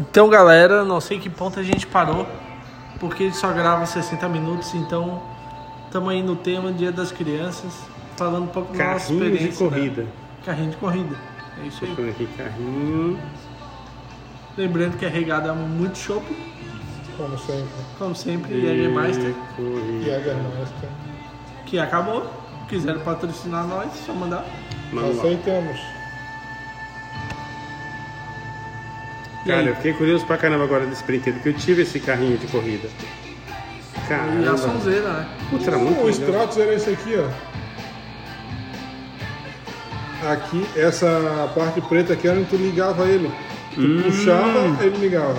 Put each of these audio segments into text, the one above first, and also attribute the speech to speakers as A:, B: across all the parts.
A: Então, galera, não sei que ponto a gente parou, porque ele só grava 60 minutos, então estamos aí no tema Dia das Crianças, falando um pouco da nossa
B: Carrinho
A: experiência.
B: de corrida.
A: né? Carrinho de corrida. É isso
B: Tô
A: aí.
B: falando aqui, carrinho.
A: Lembrando que é regada a muito chopp,
C: como sempre.
A: como sempre,
B: de
A: Jägermeister,
C: E a
B: corrida.
C: Germânica.
A: que acabou. Quiseram patrocinar nós, só mandar.
B: Vamos lá.
C: Aceitamos.
A: E aí?
B: Cara, eu fiquei curioso pra caramba agora desse brinquedo, porque eu tive esse carrinho de corrida.
A: E a
B: Caramba.
A: sonzeira, né?
B: Putz, era É muito
C: o
B: legal.
C: Stratos Uh, era esse aqui, ó. Aqui, essa parte preta aqui era onde tu ligava ele. Tu
B: Hum.
C: puxava, ele ligava.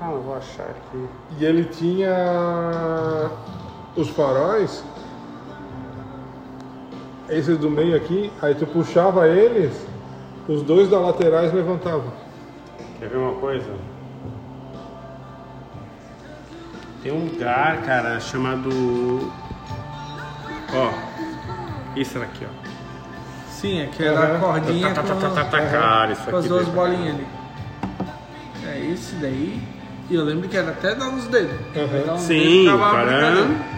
B: Ah, eu vou achar aqui.
C: E ele tinha os faróis. Esses do meio aqui, aí tu puxava eles, os dois da laterais levantavam.
B: Quer ver uma coisa? Tem um lugar, cara, chamado. Ó, isso daqui, ó.
A: Sim, é que era a
C: Aham.
A: cordinha
B: Tá, tá, tá, tá, tá,
A: com,
B: tá, cara, isso
A: com as
B: aqui
A: duas
B: dentro.
A: bolinhas ali. É esse daí. E eu lembro que era até dar nos dedos.
C: Aham.
A: Dar uns
B: Sim,
A: ficava uma
B: parando.
A: brincadeira.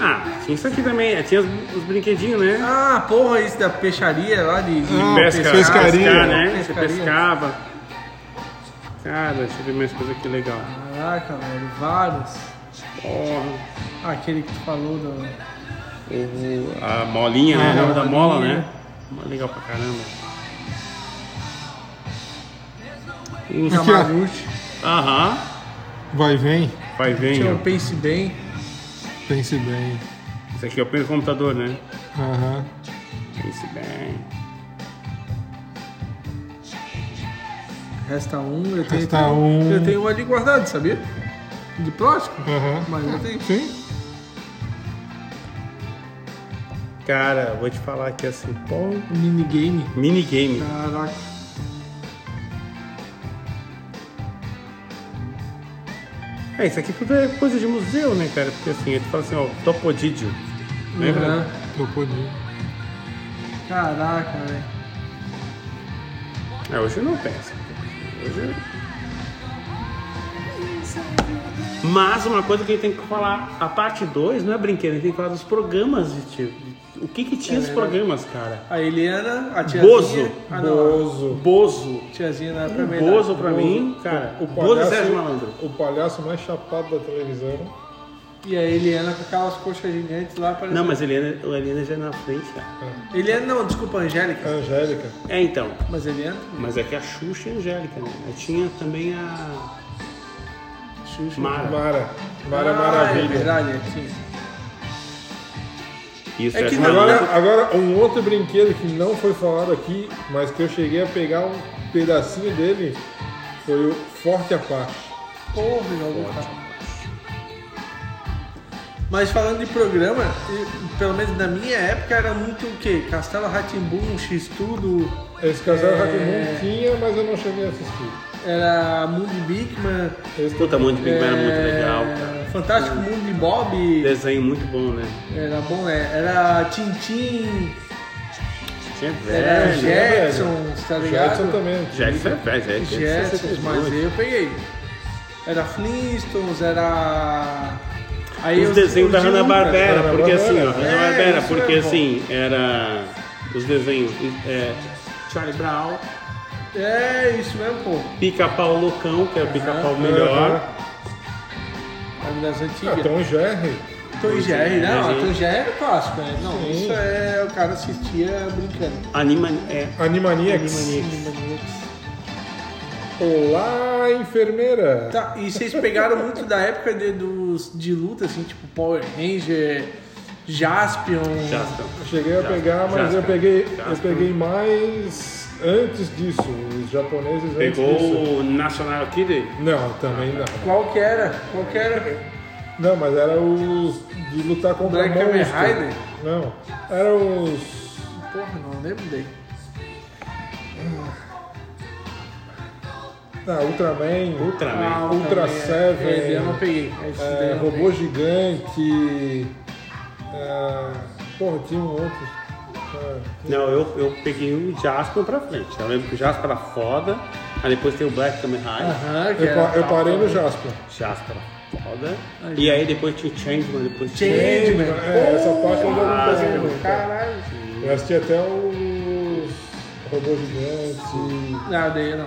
B: Ah, tinha isso aqui também. Tinha os, os brinquedinhos, né?
A: Ah, porra, isso da peixaria lá de, de
C: Ah,
B: pesca,
C: pescaria.
B: Hum, pescar, né?
A: Pescaria.
B: Você pescava. Cara, deixa eu ver mais coisa que legal.
A: Caraca, velho, vários.
B: Porra.
A: Ah, aquele que tu falou do.
B: O- A molinha, né?
A: Ah,
B: Lembra da mola,
A: molinha.
B: né? Legal pra caramba. Os-
A: Camaruti.
C: um
B: Aham.
C: Vai e vem,
B: Vai vem,
A: Tinha o
B: ó.
A: Pense Bem.
C: pense bem.
B: Isso aqui é o primeiro computador, né?
C: Aham.
B: Pense bem.
A: Resta um, eu tenho.
C: Resta um. Uhum.
A: Eu tenho um ali guardado, sabia? De plástico?
C: Aham.
A: Mas eu tenho.
C: Sim.
B: Cara, vou te falar aqui assim, pô.
A: um Minigame.
B: Minigame.
A: Caraca.
B: É, isso aqui tudo é coisa de museu, né, cara? Porque assim, ele fala assim, ó, Topodídio. Lembra?
A: Aham.
C: Eu podia.
A: Caraca, velho.
B: É, hoje eu não penso. Hoje é. eu... Mas uma coisa que a gente tem que falar, a parte 2 não é brinquedo, a gente tem que falar dos programas de tio. O que que
A: É
B: tinha os programas, cara?
A: A Eliana, a tiazinha.
B: Bozo.
A: Ah, não.
B: Bozo.
A: a Tiazinha não era pra
B: O
A: mim. né?
B: Bozo
A: não.
B: pra mim, cara. O
C: O
B: Bozo e Sérgio
C: palhaço,
B: Malandro.
C: o palhaço mais chapado da televisão.
A: E a Eliana com aquelas coxas gigantes lá parecendo.
B: Não, mas a Helena, a Helena já é na frente, cara.
A: Eliana não, desculpa, Angélica.
C: Angélica.
B: É, então.
A: Mas Eliana.
B: Mas é que a Xuxa e a Angélica, né? Aí Tinha também a
A: Xuxa.
B: Mara.
C: Mara.
A: Ah,
C: Mara
A: É
C: Maravilha.
A: verdade, é, sim.
B: Isso,
A: É que não,
C: Agora, agora, um outro brinquedo que não foi falado aqui, mas que eu cheguei a pegar um pedacinho dele, foi o Forte Apache.
A: Porra, eu vou falar. Mas falando de programa, e, pelo menos na minha época era muito o quê? Castelo Ratimbum, X-Tudo,
C: Esse casal
A: É.
C: já que não tinha, mas eu não cheguei a assistir.
A: era Mundo de Bigman.
C: Esse
B: Puta, Mundo de Big Man era muito
A: é,
B: legal, cara.
A: Fantástico Mundo de Bob.
B: Desenho muito bom, né?
A: Era bom, né? Era Tintim,
B: Tinha
C: É,
A: era
B: velho.
A: Jetsons, tá ligado?
C: Jetson também.
B: Jetson é velho, Jetson é
A: Jetsons,
B: 62.
A: mas eu peguei. Era Flintstones, era. Aí
B: Os
A: eu- eu
B: desenhos da
A: de
B: Hanna-Barbera,
C: Hanna-Barbera.
B: porque assim, ó,
C: É,
B: Hanna-Barbera,
A: isso
B: porque
A: é bom.
B: assim, era os desenhos é, Charlie Brown,
A: Lucas. É, isso mesmo, pô.
B: Pica-Pau Loucão, que é o Pica-Pau melhor,
A: Era das
C: né? Ah,
A: antigas.
C: Tom e Jerry.
A: Tom e Jerry, não,
B: Jerry.
A: Tom e Jerry era clássico, né? Não,
C: Sim.
A: isso é. O cara assistia brincando.
B: Anima... É,
C: Animaniacs.
B: Animaniacs.
C: Olá, enfermeira.
A: Tá, e vocês pegaram muito da época de, dos, de luta, assim, tipo Power Ranger, Jaspion.
B: Jasper.
C: Eu Cheguei a
B: Jasper,
C: pegar, mas eu
B: Jasper,
C: peguei, eu
B: Jasper.
C: peguei mais antes disso. Os japoneses antes disso.
B: Pegou o National Kid,
C: Não, também não.
A: Qual que era? Qual que era?
C: Não, mas era os de lutar contra
A: Black Kamen
C: monstro.
A: Rider?
C: Não, era os
A: Porra, não lembro dele.
C: ah, Ultraman,
B: Ultraman.
A: o
C: Ultra
A: também, é.
C: Seven.
A: É, eu não peguei. Esse
C: é,
A: daí eu não
C: robô
A: peguei.
C: gigante. é, Porra, tinham outros. cara, que-
B: Não, eu, eu peguei o Jasper pra frente. Eu lembro que o Jasper era foda, aí depois tem o Black Kamen Rider.
A: Aham, que
C: Eu,
A: era
C: pa- eu
A: tal.
C: parei no Jasper.
B: Jasper era foda. e aí depois tinha o Changeman, depois tinha.
A: Changeman.
C: É, essa parte eu não peguei
A: Caralho.
C: muito. cara. Eu assisti até os Robôs Gigantes,
A: Não, daí não.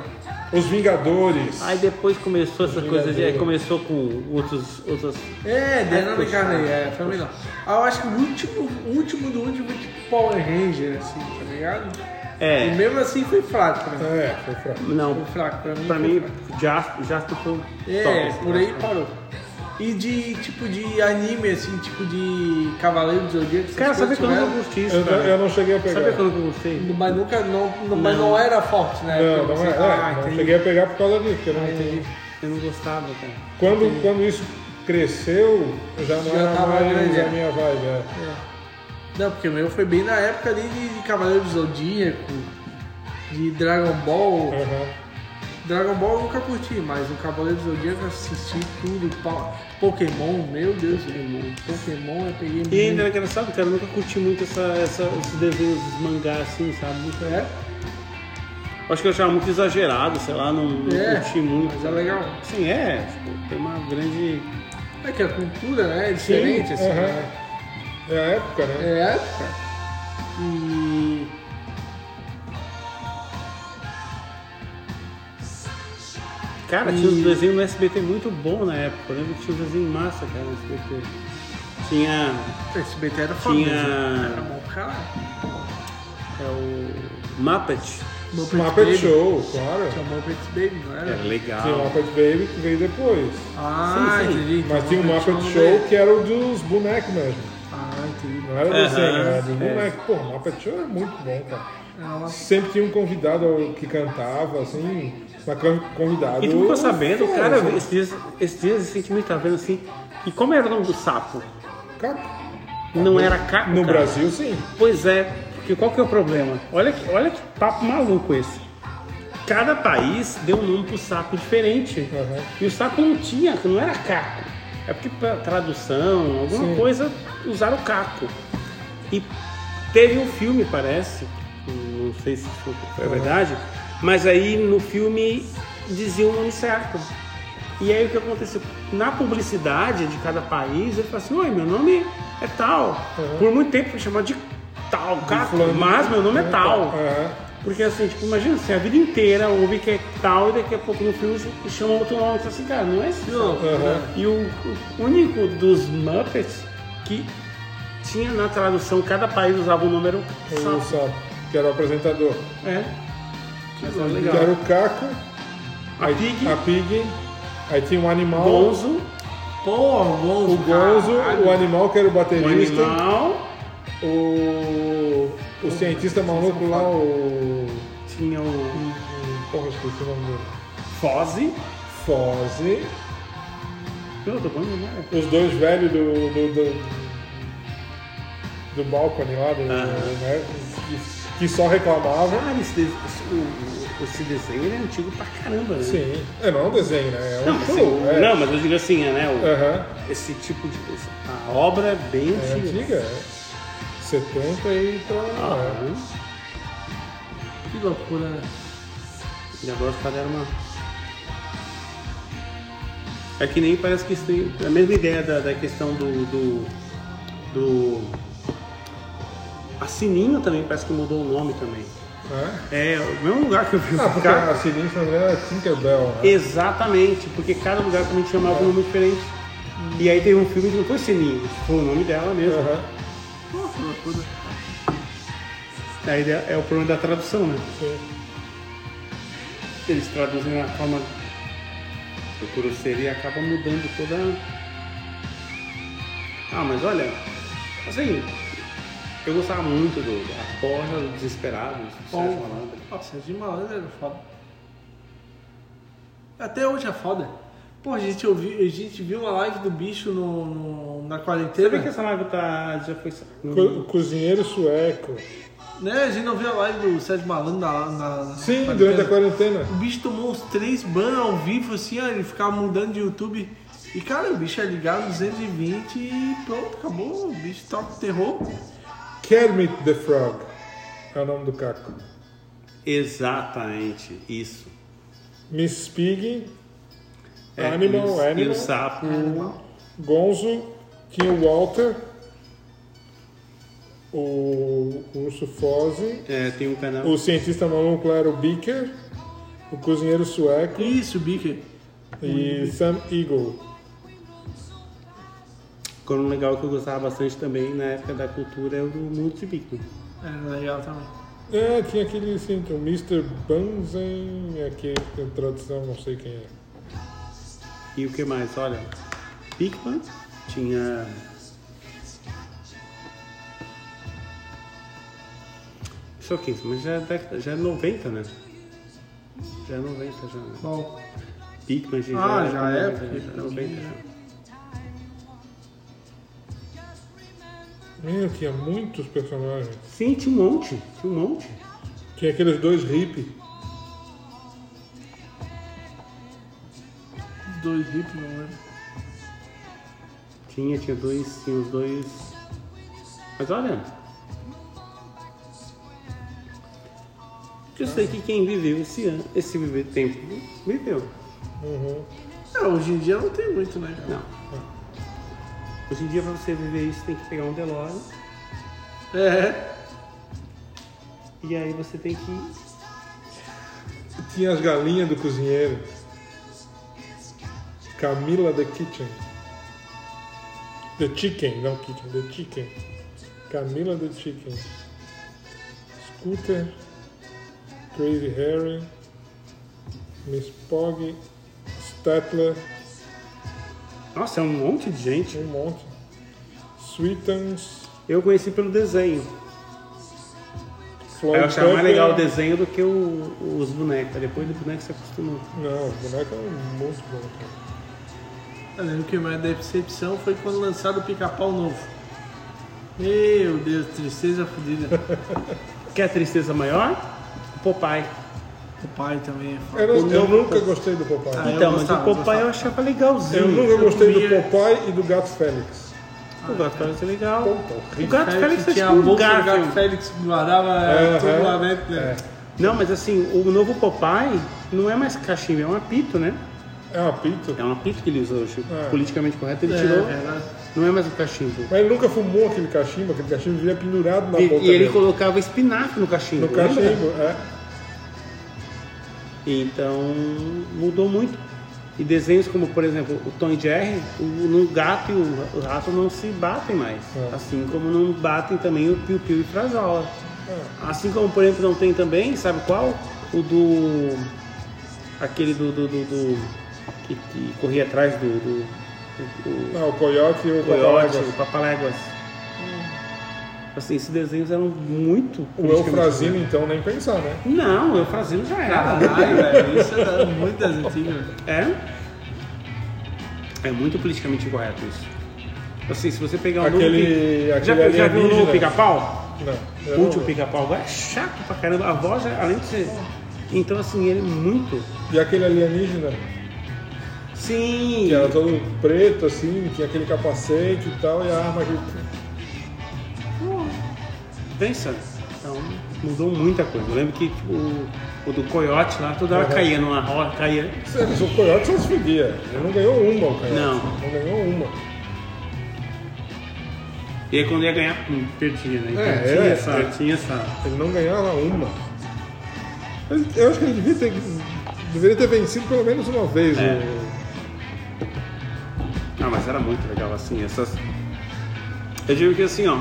C: os Vingadores.
B: Aí depois começou essa coisa de. Aí
C: Vingadores.
B: começou com outros. outros...
A: É, daí não me enganei, é, também não. Ah, eu acho que o último, o último do último foi tipo Power Ranger, assim, tá ligado?
B: É.
A: E mesmo assim foi fraco pra mim.
C: É, foi fraco.
A: Foi
B: Não,
A: fraco pra mim.
B: pra
A: foi
B: mim,
A: fraco.
B: Jasper, Jasper foi o top.
A: É,
B: assim,
A: por aí
B: Jasper.
A: parou. E de tipo de anime, assim, tipo de Cavaleiro do Zodíaco, essas
B: Cara, sabe
A: coisas
B: que eu nunca
A: tiveram,
B: gostei
C: Eu,
B: isso,
C: não- eu
B: cara?
C: não cheguei a pegar.
B: Sabe que eu nunca gostei?
A: Mas nunca, não, não- mas não era forte, né?
C: Não, não,
A: Você-
C: é, é,
A: ah,
C: não
A: entendi. É,
C: cheguei a pegar por causa disso. Porque eu não
A: Entendi.
B: Eu não gostava, cara.
C: quando, quando isso cresceu, já não
A: Já
C: era
A: tava
C: mais
A: grande, é.
C: a minha vibe. é.
A: Não, porque o meu foi bem na época ali de Cavaleiro do Zodíaco, de Dragon Ball.
C: É. Aham.
A: Dragon Ball eu nunca curti, mas o Cavaleiro do Zodíaco eu assisti tudo. Pa- Pokémon, meu Deus, Pokémon. Pokémon eu peguei muito.
B: E ainda era engraçado, cara. Eu nunca curti muito essa, essa, esses desenhos, esses mangás assim, sabe? Nunca-
A: É?
B: Acho que eu achava muito exagerado, sei lá, não, não
A: É,
B: curti muito.
A: mas é legal.
B: Sim, é. tipo, tem uma grande.
A: É que a cultura né, é diferente, assim.
C: aham.
A: né?
C: É a época, né?
A: É a época. E.
B: Cara, tinha uns desenhos no SBT muito bom na época. Eu lembro que tinha um desenho massa, cara, no SBT. Tinha.
A: O SBT era famoso. Era
B: Tinha.
A: bom pra caralho.
B: É o. Muppet.
A: É, Muppet
C: Muppet
A: Baby.
C: Show, claro.
A: Tinha o Muppet Baby, não
C: É
A: era?
B: Era legal.
C: Tinha o Muppet Baby que veio depois.
A: Ah,
B: Sim, sim.
A: entendi.
C: Mas tinha o Muppet
A: não
C: Show que era o dos bonecos mesmo.
A: veio. Ah, entendi.
C: Não era
B: Aham,
C: desenho, era dos
B: é.
C: bonecos. Pô, Muppet Show é muito bom, cara.
A: Era uma
C: Sempre tinha um convidado que cantava, assim, mas con- convidado.
B: E tu ficou sabendo,
C: Pô,
B: cara,
C: assim,
B: esses dias, esses dias recentemente tava vendo assim. E como era o nome do sapo?
C: cara,
B: Não era caco.
C: No
B: cara?
C: Brasil, sim.
B: Pois é, porque qual que é o problema? Olha que, olha que papo maluco esse. Cada país deu um nome pro saco diferente.
C: Aham.
B: E o saco não tinha, não era caco. É porque pra tradução, alguma
C: Sim.
B: coisa, usaram caco. E teve um filme, parece, não sei se isso foi verdade, mas aí no filme dizia o nome certo. E aí o que aconteceu? Na publicidade de cada país, ele fala assim, oi, meu nome é tal. Por muito tempo foi chamado de tal, caco,
C: fulano.
B: mas meu nome é tal.
C: Aham.
B: Porque assim, tipo, imagina assim, a vida inteira ouve que é tal e daqui a pouco no filme chama outro nome. Então, assim, cara, não é isso.
C: Aham.
B: E o, o único dos Muppets que tinha na tradução, cada país usava o número
C: O
B: sapo.
C: sapo, que era o apresentador.
B: É. Mas é
C: Que era
B: legal.
C: o Caco,
B: A
C: aí-
B: Pig,
C: a Pig, aí tinha um animal,
B: Gonzo, Ah,
A: Porra, o Gonzo.
C: o Gonzo,
A: caralho.
C: o animal que era o
B: o
C: baterista,
B: um animal,
C: o, o cientista maluco lá, o.
B: tinha o
C: Porra, esqueci o nome dele.
B: Fozzie.
C: Fozzie,
B: Eu tô falando, não é?
C: os dois velhos do. do, do do balcone lá, do,
B: Aham.
C: né, que, que só reclamavam.
B: Cara, esse, des- esse- o- o- esse desenho ele é antigo pra caramba, né?
C: Sim. É, não é um desenho, né? É um
B: Não, mas,
C: show.
B: assim,
C: é.
B: não, mas eu digo assim, né? o-
C: Aham.
B: Esse tipo de. esse- A obra é bem
C: É
B: antiga.
C: antiga, é. 70 e então.
B: Ah,
C: é.
B: né?
A: Que loucura, né?
B: E agora os caras deram uma. É que nem parece que isso tem. A mesma ideia da, da questão do. do. do- A Sininho também parece que mudou o nome também.
C: É.
B: É, o mesmo lugar que eu vi
C: Ah,
B: o
C: porque
B: cara.
C: a Sinistra não era Tinkerbell, né?
B: Exatamente, porque cada lugar também chamava
C: É.
B: um nome diferente. E aí teve um filme que não foi Sininho, foi o nome dela mesmo.
C: Aham,
A: Pô, que loucura.
B: Aí é é o problema da tradução, né?
C: sim.
B: eles traduzem na forma do Curuceri e acaba mudando toda. Ah, mas olha, assim, eu gostava muito do, da Porra do Desesperado, do Sérgio
A: Bom.
B: Malandro.
A: Nossa, é de malandro era foda. Até hoje é foda. Pô, a gente, ouvi, a gente viu uma live do bicho no, no- na quarentena.
B: Sabia que essa live tá, já foi.
C: Co- o cozinheiro sueco.
A: Né? A gente não viu a live do Sérgio Malandro na, na, na
C: Sim, durante a quarentena.
A: O bicho tomou uns três ban ao vivo, assim, ó, ele ficava mudando de YouTube. E, cara, o bicho é ligado 220 e pronto, acabou. O bicho toca o terror.
C: Kermit the Frog é o nome do Caco.
B: Exatamente, isso.
C: Miss Pig,
B: É,
C: Animal,
B: e o, E
C: Animal.
B: o sapo.
C: Gonzo, tinha o Walter, o Urso Fozzie,
B: É, tem um canal.
C: o cientista maluco lá era o Beaker, o cozinheiro sueco
A: Isso, Bicker.
C: e Sam Eagle.
B: Quando legal que eu gostava bastante também na época da cultura é o do mundo de bico.
A: Era legal também.
C: É, tinha aquele assim, o Mr. Bunsen, aqui tem tradução, não sei quem é.
B: E o que mais? Olha, Pikman tinha. Choquei, mas já é, década, já é 90, né? Já é 90 já. Né?
A: Bom,
B: Pikman já,
A: Ah, já é,
B: já
A: porque
B: é 90 já.
C: Meu, É, tinha muitos personagens.
B: Sim, tinha um monte, tinha um monte.
C: Tinha aqueles dois hippies.
A: os dois hippies, não lembro.
B: Tinha, tinha dois, tinha os dois. Mas olha. Eu sei que quem viveu esse ano, esse vive- tempo, viveu.
C: Uhum.
A: É, hoje em dia não tem muito, né? cara?
B: Não. É. Hoje em dia, pra você viver isso, tem que pegar um DeLorean.
A: É.
B: E aí você tem que.
C: Tinha as galinhas do cozinheiro. Camila the Kitchen. The Chicken, não Kitchen, The Chicken. Camila the Chicken. Scooter. Crazy Harry. Miss Pog. Statler.
B: Nossa, é um monte de gente.
C: Um monte. Sweetums.
B: Eu conheci pelo desenho.
C: Floyd
B: Eu achava mais
C: Pepper.
B: legal o desenho do que é? o- os bonecos. Depois do boneco se acostumou.
C: Não, o boneco é muito bom. cara.
A: Eu lembro que a minha decepção foi quando lançaram o pica-pau novo. Meu Deus, tristeza fodida.
B: Quer tristeza maior? O Popeye.
A: o pai também é foda.
C: Era-
B: O
C: eu
B: meu-
C: nunca gostei do
A: Ah,
C: Popeye.
A: eu
B: então,
A: gostava,
B: mas o Popeye
A: gostava.
B: eu achava legalzinho.
C: Eu nunca
A: eu
C: gostei do
A: comia-
C: Popeye e do Gato Félix.
B: O gato Félix é legal.
C: Ponto.
B: O gato Félix é
A: tinha a
B: tipo um
A: bolsa do gato
B: Garfield.
A: Félix guardava é,
C: Aham.
A: tudo lá dentro, né?
B: Não, mas assim, o novo Popeye não é mais cachimbo, é um apito, né?
C: É um apito.
B: É um apito que ele usa hoje.
C: É.
B: Politicamente correto, ele
A: É,
B: tirou.
A: verdade.
B: Não é mais um cachimbo.
C: Mas ele nunca fumou aquele cachimbo, aquele cachimbo vivia pendurado na
B: E,
C: boca
B: e ele
C: dele.
B: colocava espinafre no cachimbo.
C: No
B: lembra?
C: cachimbo, é.
B: Então mudou muito. E desenhos como, por exemplo, o Tom e Jerry, o, no gato e o, o rato não se batem mais.
C: É.
B: Assim como não batem também o Piu Piu e Frazola.
C: É.
B: Assim como, por exemplo, não tem também, sabe qual? O do. Aquele do. do, do- do- que, que corria atrás do. do, do- do
C: Não, o coiote e o
B: coiote,
C: papaláguas.
B: o Papaléguas. Assim, esses desenhos eram muito.
C: O Eufrazino, então, nem pensar, né?
B: Não, o Eufrazino já era.
A: Caralho, velho, isso é muito das antigas, velho.
B: É? É muito politicamente incorreto isso. Assim, se você pegar o
C: Aquele-
B: novo... pi- já,
C: aquele
B: já viu o novo
C: alienígena.
B: pica-pau?
C: Não.
B: O
C: eu
B: último
C: não-
B: pica-pau agora é chato pra caramba. A voz, já- além de ser... Então, assim, ele é muito...
C: E aquele alienígena,
B: Sim!
C: que é era todo preto, assim, tinha aquele capacete e tal, e a arma que...
B: Pensa. Então, mudou muita coisa. Eu lembro que tipo, o, o do coiote lá, toda hora
C: Uhum.
B: caía numa roda, caía...
C: Mas O coiote só se fudia. Ele não ganhou uma, o coiote.
B: Não.
C: Não ganhou uma.
B: E aí, quando ia ganhar, pum, perdia, né? Então,
C: É,
B: tinha,
C: é.
B: essa, tinha essa...
C: Ele não ganhava uma. Ele- Eu acho que ele devia ter, deveria ter vencido pelo menos uma vez.
B: É.
C: o-
B: Ah, mas era muito legal, assim, essas... Eu digo que assim, ó,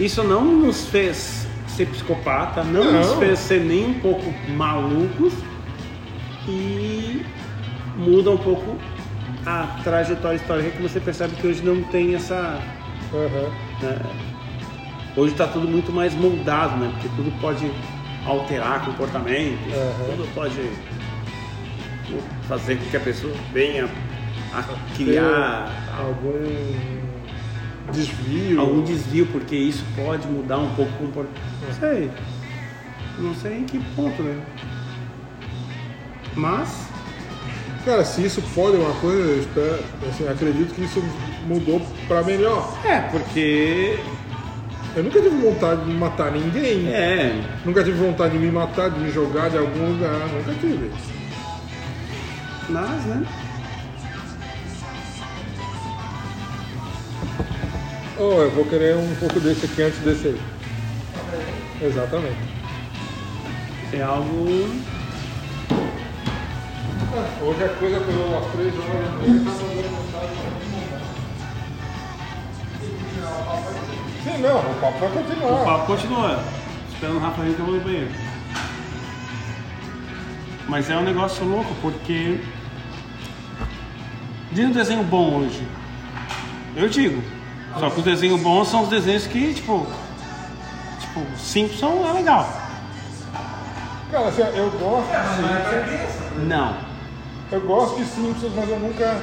B: isso não nos fez ser psicopata, não,
C: Não.
B: nos fez ser nem um pouco malucos e muda um pouco a trajetória histórica que você percebe que hoje não tem essa...
C: Aham.
B: né? Hoje tá tudo muito mais moldado, né? Porque tudo pode alterar comportamento,
C: Aham.
B: tudo pode fazer com que a pessoa venha a criar...
C: Ter algum desvio.
B: algum desvio, porque isso pode mudar um pouco o comportamento. Não sei. Não sei em que ponto, né? Mas,
C: Cara, se isso for uma coisa, eu espero, assim, acredito que isso mudou pra melhor.
B: é, porque
C: Eu nunca tive vontade de matar ninguém.
B: É,
C: Nunca tive vontade de me matar, de me jogar de algum lugar. Nunca tive.
B: mas, né?
C: Oh, eu vou querer um pouco desse aqui antes desse aí. Exatamente.
B: É algo.
C: Hoje a coisa pegou umas três horas. Sim, não, o papo vai
B: O
C: continuar.
B: papo continua. Esperando o Rafa vir que eu vou no banheiro. Mas é um negócio louco, porque. Diz um desenho bom hoje. Eu digo. Só que os desenhos bons são os desenhos que, tipo. Tipo, Simpson é legal.
C: Cara, assim, ó, eu gosto de Simpsons,
B: Não.
C: eu gosto de Simpsons, mas eu nunca.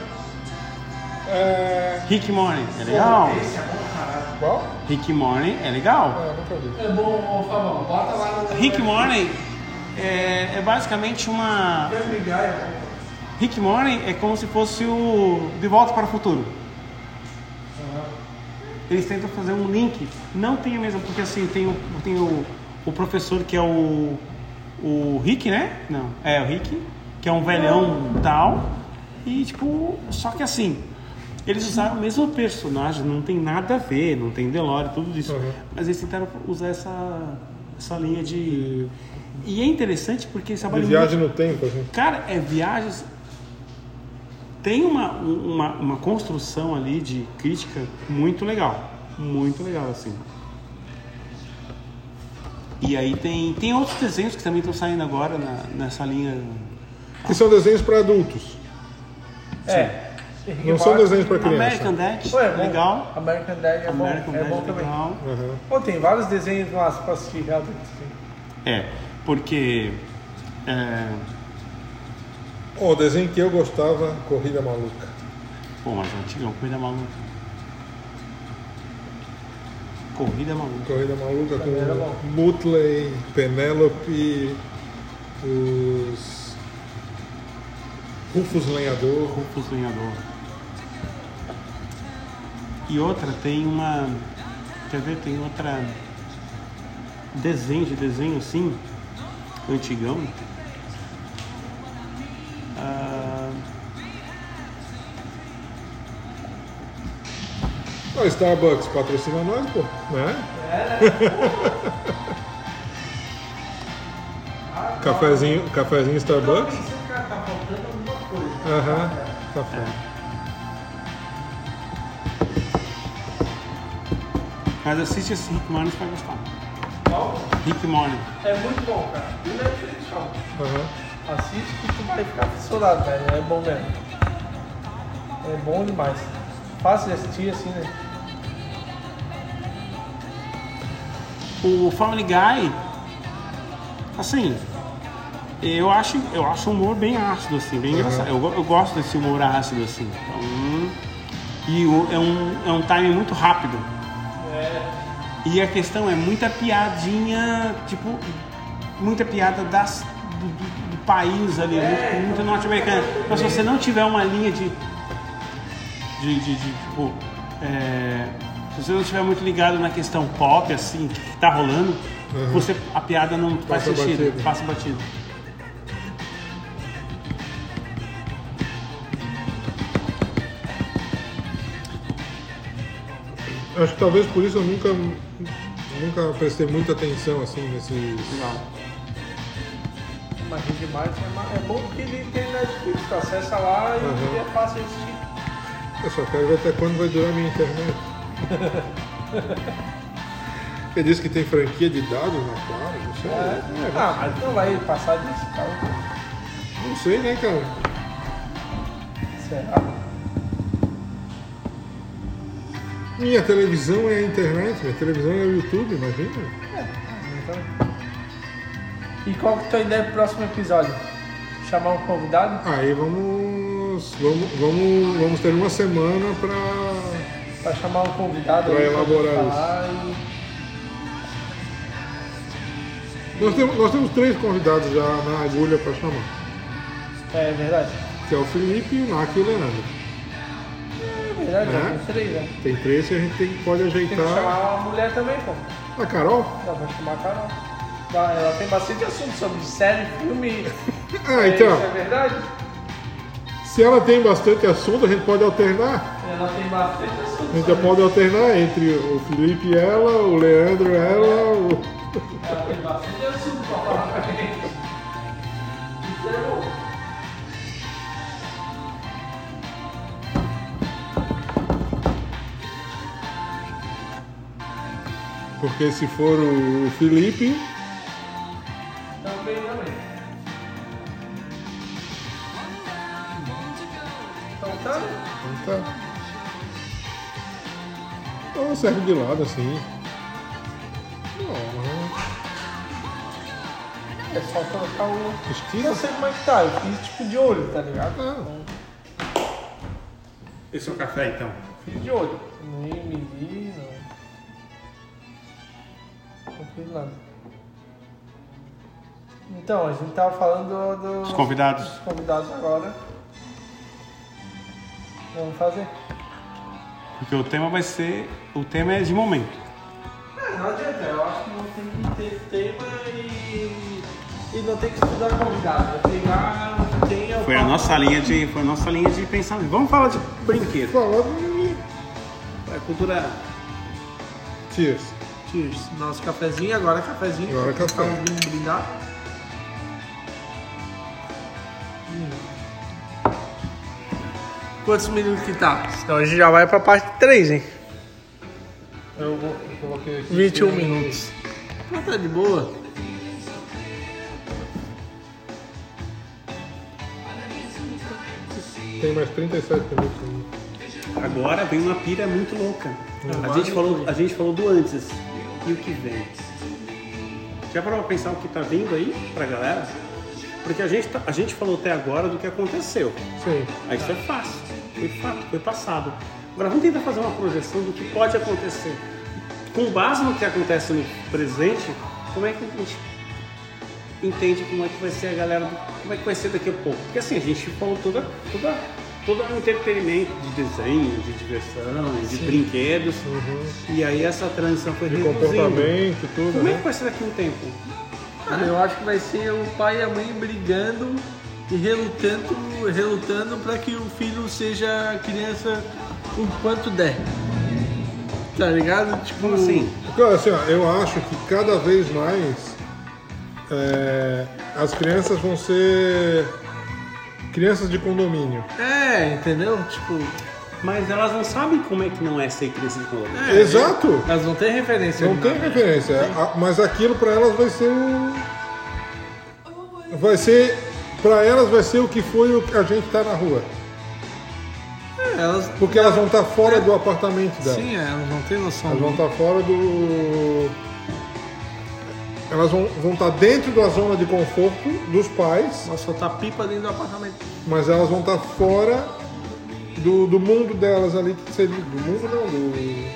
C: É...
B: Rick Morning é legal.
C: Qual?
B: Rick Morning é legal.
C: Ah, nunca vi.
A: É bom, ô Fabão, bota lá no.
B: Rick Morning é, é basicamente uma. Rick Morning é como se fosse o De Volta para o Futuro. Eles tentam fazer um link, não tem mesmo, porque assim, tem o, tem o, o professor que é o. O Rick, né? Não, é o Rick, que é um velhão tal. E tipo, só que assim, eles usaram o mesmo personagem, não tem nada a ver, não tem Delore, tudo isso.
C: Uhum.
B: Mas eles tentaram usar essa, essa linha de. E é interessante porque eles
C: De
B: trabalham muito
D: é.
C: viagem no tempo, assim.
B: Cara, é viagens. Tem uma, uma, uma construção ali de crítica muito legal. Muito legal, assim. E aí tem, tem outros desenhos que também estão saindo agora na- nessa linha.
C: Que são desenhos para adultos.
D: É. Rick
C: Não são
D: Morty.
C: desenhos para criança.
B: American Dad,
D: Pô, é bom.
B: legal.
D: American Dad é bom,
B: American
D: é
B: Dad,
D: bom também.
B: legal.
C: Aham.
D: Pô, tem vários desenhos massa pra assistir, realmente. assim.
B: É, porque. É,
C: Ó, o Oh, desenho que eu gostava, Corrida Maluca.
B: pô, mas antigão, corrida maluca. Corrida maluca.
C: Corrida Maluca
D: Também era bom.
C: com Mutley, Penélope, os Rufus Lenhador.
B: Rufus Lenhador. E outra, tem uma. Quer ver? Tem outra. Desenho de desenho assim. Antigão. Ah,
C: Ó, Starbucks patrocina nós, pô, né? Cafezinho, cafezinho Starbucks. Aham, tá café.
B: mas assiste esse Rick Morning que vai gostar. Rick Morning.
D: É muito bom, cara. E não é difícil,
C: Aham.
D: não. Assiste que tu vai ficar fissurado, velho. É bom mesmo. É bom demais. Fácil de assistir, assim, né?
B: O Family Guy. Assim. Eu acho, eu acho o humor bem ácido, assim, bem engraçado. Eu, go- eu gosto desse humor ácido, assim. Então, hum. e o- é, um, é um time muito rápido. E a questão é muita piadinha, tipo, muita piada das, do, do- do país ali, muito, muito norte-americana. Mas se você não tiver uma linha de. de, de- de, tipo. é, se você não estiver muito ligado na questão pop, assim, que tá rolando, você, a piada não faz
C: Passa
B: sentido,
C: batido.
B: passa batido.
C: Acho que talvez por isso eu nunca, nunca prestei muita atenção assim nesses.
B: Legal.
D: Mas Rick Martin é, ma- é bom porque ele tem Netflix, tu acessa lá e
C: Uhum.
D: é fácil de assistir.
C: Eu só quero ver até quando vai durar a minha internet. Ele disse que tem franquia de dados na Claro, não sei.
D: É.
C: É,
D: Ah, mas não vai passar disso, tá? cara.
C: não sei, né, cara?
D: Será?
C: Minha televisão é a internet, minha televisão é o YouTube, imagina.
D: Então... E qual que é a tua ideia pro próximo episódio? Chamar um convidado
C: Aí vamos. Vamos, vamos, vamos ter uma semana pra.
D: pra chamar um convidado
C: Pra
D: aí pra
C: elaborar
D: falar e-
C: Nós temos, nós temos três convidados já na agulha pra chamar.
D: É verdade.
C: Que é o Felipe, o Nac e o Leandro.
D: É verdade. já, já
C: É?
D: tem três, né? Tá.
C: Tem três e a gente tem, pode
D: Tem que
C: ajeitar.
D: chamar a mulher também, pô.
C: A Carol?
D: Dá pra chamar a Carol. Dá, Tá, Ela tem bastante assunto sobre série, filme.
C: Ah,
D: Isso é
C: então.
D: verdade?
C: Se ela tem bastante assunto, a gente pode alternar.
D: Ela tem bastante assunto.
C: A gente já
D: sobre-
C: pode alternar entre o Felipe e ela, o Leandro e ela, o.
D: Ela tem bastante assunto pra falar pra gente. Isso é bom.
C: Porque se for o Felipe,
D: Também, também. Então tá, né?
C: então tá. Ou serve de lado assim. Não,
D: É só colocar o. Eu
C: estira.
D: não sei como é que tá, eu fiz tipo de olho, tá ligado?
C: Ah.
B: Esse é o café então.
D: Fiz de olho. Nem medi, não. Não fiz nada. Então, a gente tava falando do- dos
B: Os convidados.
D: dos convidados agora. Vamos fazer.
B: Porque o tema vai ser. O tema é de momento.
D: É, Não adianta, eu acho que não tem que ter tema e, e não tem que estudar convidado. É pegar o que tem
B: Foi a nossa linha de, foi a nossa linha de pensamento. Vamos falar de brinquedo.
C: Falando
B: É cultura.
C: em Cheers.
A: Cheers. Nosso cafezinho, agora é cafezinho.
C: Agora é café.
A: Então, vamos brindar. Hum. Quantos minutos que tá?
D: Então a gente já vai pra parte 3, hein?
C: Eu vou- eu coloquei aqui.
D: 21 minutos.
A: Ah, tá de boa.
C: Tem mais 37 minutos. né?
B: Agora vem uma pira muito louca. A gente falou, a gente falou do antes e o que vem. Já parou pra pensar o que tá vindo aí pra galera? Porque a gente, tá- a gente falou até agora do que aconteceu.
C: Sim.
B: Aí isso é fácil. Foi fato, foi passado. Agora vamos tentar fazer uma projeção do que pode acontecer. Com base no que acontece no presente, como é que a gente entende como é que vai ser a galera, do- como é que vai ser daqui a pouco? Porque assim, a gente falou toda, toda, todo um entretenimento de desenho, de diversão, de brinquedos. E aí essa transição foi
C: Uhum. De
B: reduzindo.
C: comportamento, tudo,
B: Como é
C: né?
B: que vai ser daqui a um tempo?
A: Cara, eu acho que vai ser o pai e a mãe brigando e relutando, relutando para que o filho seja criança o quanto der. Tá ligado? Tipo
B: Como assim?
C: Cara, assim, ó, eu acho que cada vez mais é, as crianças vão ser crianças de condomínio.
A: É, entendeu? Tipo,
B: Mas elas não sabem como é que não é ser criança de colônia.
A: É,
C: Exato!
A: elas não têm referência.
C: Não
A: de
C: tem
A: nada.
C: referência, é, a- mas aquilo pra elas vai ser o. Vai ser. Pra elas vai ser o que foi o que a gente tá na rua.
A: É, elas, É.
C: Porque elas vão estar fora do apartamento dela.
A: sim, é, elas não têm noção.
C: Elas vão estar fora do. Elas vão estar vão tá dentro da zona de conforto dos pais,
A: Nossa, soltar tá pipa dentro do apartamento.
C: mas elas vão estar fora do, do mundo delas ali, que seria. Do mundo não, do.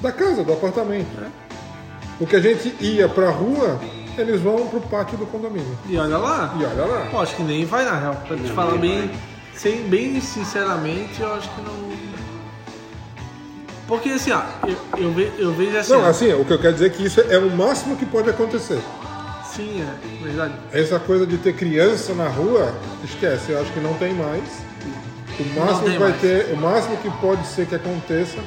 C: Da casa, do apartamento. O que a gente ia pra rua, eles vão pro pátio do condomínio.
A: E olha lá.
C: E olha lá.
A: Eu acho que nem vai na real. Pra te
B: Não,
A: falar
B: nem
A: bem, sem, bem sinceramente, eu acho que não. Porque assim, ó, eu, eu, ve- eu vejo assim.
C: Não,
A: ó,
C: assim, o que eu quero dizer é que isso é o máximo que pode acontecer.
A: Sim, é verdade.
C: Essa coisa de ter criança na rua, esquece, eu acho que não tem mais. O máximo
A: tem
C: que vai
A: mais.
C: ter, o máximo que pode ser que aconteça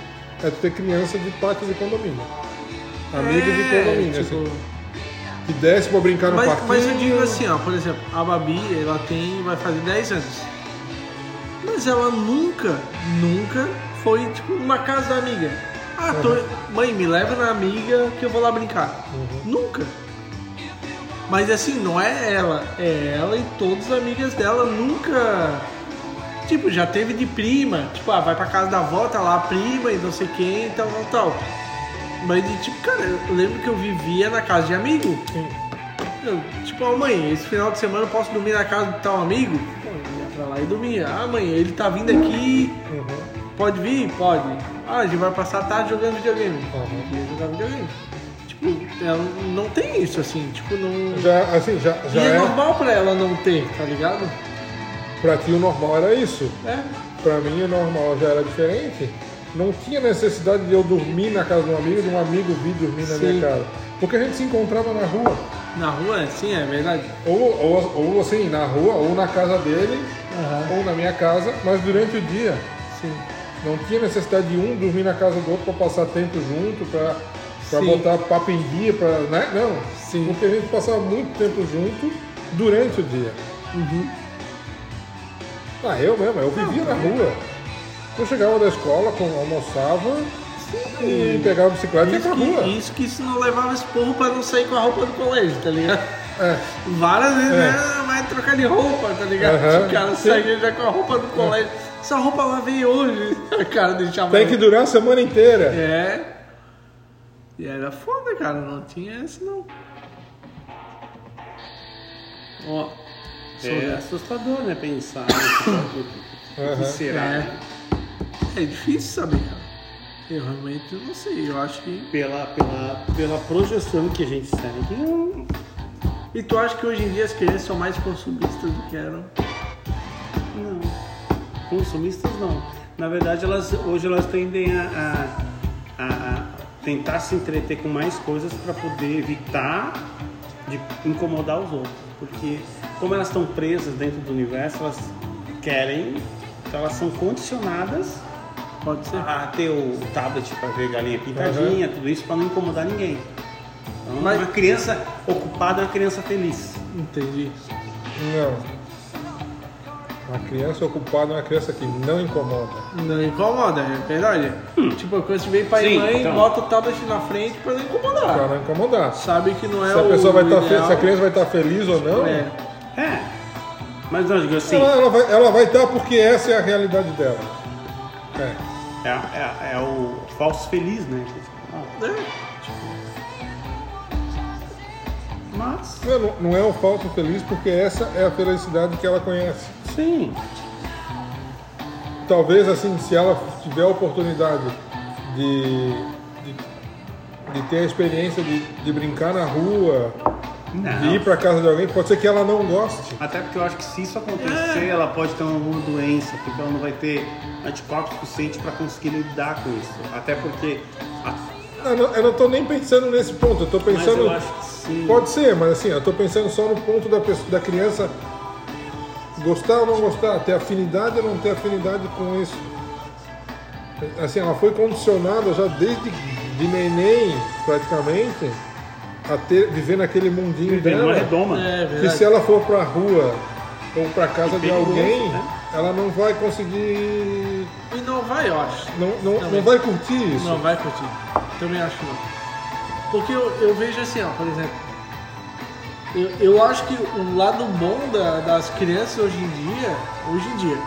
C: é ter criança de pátio de condomínio. Amigo de condomínio, assim, que desce pra brincar no
A: É, tipo- mas,
C: parquinho.
A: mas eu digo assim, ó, por exemplo, a Babi, ela tem, vai fazer 10 anos. Mas ela nunca, nunca foi, tipo, numa casa da amiga. Ah, tô, mãe, me leva na amiga que eu vou lá brincar. Nunca. Mas assim, não é ela, é ela e todas as amigas dela nunca. Tipo, já teve de prima, tipo, ah, vai pra casa da avó, tá lá a prima e não sei quem, tal, tal, tal. Mas de tipo, cara, eu lembro que eu vivia na casa de amigo. Eu, tipo, ó, mãe, esse final de semana eu posso dormir na casa do tal amigo? Pô, eu ia pra lá e dormia. Ah, mãe, ele tá vindo aqui. Pode vir? Pode. Ah, a gente vai passar a tarde jogando videogame.
C: Uhum.
A: Ia jogar videogame. Tipo, ela não tem isso, assim, tipo, não.
C: Já, assim, já, já
A: e é,
C: é,
A: normal pra ela não ter, tá ligado?
C: pra ti o normal era isso.
A: É.
C: pra mim o normal já era diferente, não tinha necessidade de eu dormir na casa de um amigo, de um amigo vir dormir na minha casa. Porque a gente se encontrava na rua.
D: Na rua, sim, é verdade.
C: Ou, ou, ou assim, na rua, ou na casa dele, ou na minha casa, mas durante o dia.
D: Sim.
C: Não tinha necessidade de um dormir na casa do outro para passar tempo junto, para
D: Sim.
C: botar papo em dia, pra, né? não.
D: Sim.
C: Porque a gente passava muito tempo junto durante o dia.
D: Uhum.
C: Ah, eu mesmo, eu vivia na rua. Eu chegava da escola, com- almoçava e pegava a bicicleta e ia
D: Isso
C: pra rua.
D: que, isso que isso não levava esse povo pra não sair com a roupa do colégio, tá ligado?
C: É.
D: Várias vezes, né? Vai trocar de roupa, tá ligado?
C: Aham.
D: O cara saía já com a roupa do colégio. Essa roupa lá veio hoje. O cara deixava.
C: Tem que durar a semana inteira.
D: É. E era foda, cara. Não tinha esse, não. Ó.
B: É assustador, né? Pensar. o que
C: Aham.
B: será? né?
D: É. É difícil saber, cara. Eu realmente não sei. Eu acho que.
B: Pela, pela, pela projeção que a gente segue, eu-
D: E tu acha que hoje em dia as crianças são mais consumistas do que eram?
B: não. Consumistas não. Na verdade, elas, hoje elas tendem a, a- a- a tentar se entreter com mais coisas para poder evitar de incomodar os outros. Porque como elas estão presas dentro do universo, elas querem, elas são condicionadas
D: Pode ser.
B: a ter o tablet para ver galinha pintadinha, tudo isso para não incomodar ninguém. Então,
D: Mas-
B: Uma criança ocupada é uma criança feliz.
D: Entendi.
C: Não. Uma criança ocupada é uma criança que não incomoda.
D: Não incomoda, é verdade. Tipo, quando você vem pai e
B: Hum. Sim,
D: mãe,
B: então.
D: bota o tablet na frente pra não incomodar.
C: Pra não incomodar. Se
D: Sabe que não Tá. é
C: a
D: o
C: pessoa vai estar
D: ideal.
C: se a criança vai estar feliz ou não,
D: É.
B: É. Mas não, eu digo assim,
C: ela, ela vai, ela vai estar porque essa é a realidade dela. É.
B: é, é- é o falso feliz, né? Ah,
D: É.
B: Mas,
C: Não, não é o falso feliz porque essa é a felicidade que ela conhece.
B: sim.
C: Talvez assim, se ela tiver a oportunidade de, de, de ter a experiência de, de brincar na rua, de
B: Não.
C: ir pra casa de alguém, pode ser que ela não goste.
B: Até porque eu acho que se isso acontecer, ela pode ter alguma doença, porque ela não vai ter anticorpos suficiente para conseguir lidar com isso. Até porque. a- é
C: Eu não, eu não tô nem pensando nesse ponto, eu tô
B: mas eu
C: pensando.
B: acho que sim.
C: Pode ser, mas assim, eu tô pensando só no ponto da, pessoa- da criança gostar ou não gostar, ter afinidade ou não ter afinidade com isso. Assim, ela foi condicionada já desde de neném, praticamente, a ter, viver naquele mundinho
B: Viver numa
C: dela.
B: redoma.
D: É
C: Que
D: verdade.
C: se ela for pra rua ou pra casa de
B: perigoso,
C: alguém,
B: né?
C: ela não vai conseguir.
D: E não vai, eu acho.
C: Não, não, não vai curtir isso.
D: Não vai curtir. Também acho que não. Porque eu, eu vejo assim, ó, por exemplo. Eu, eu acho que o lado bom da- das crianças hoje em dia, hoje em dia,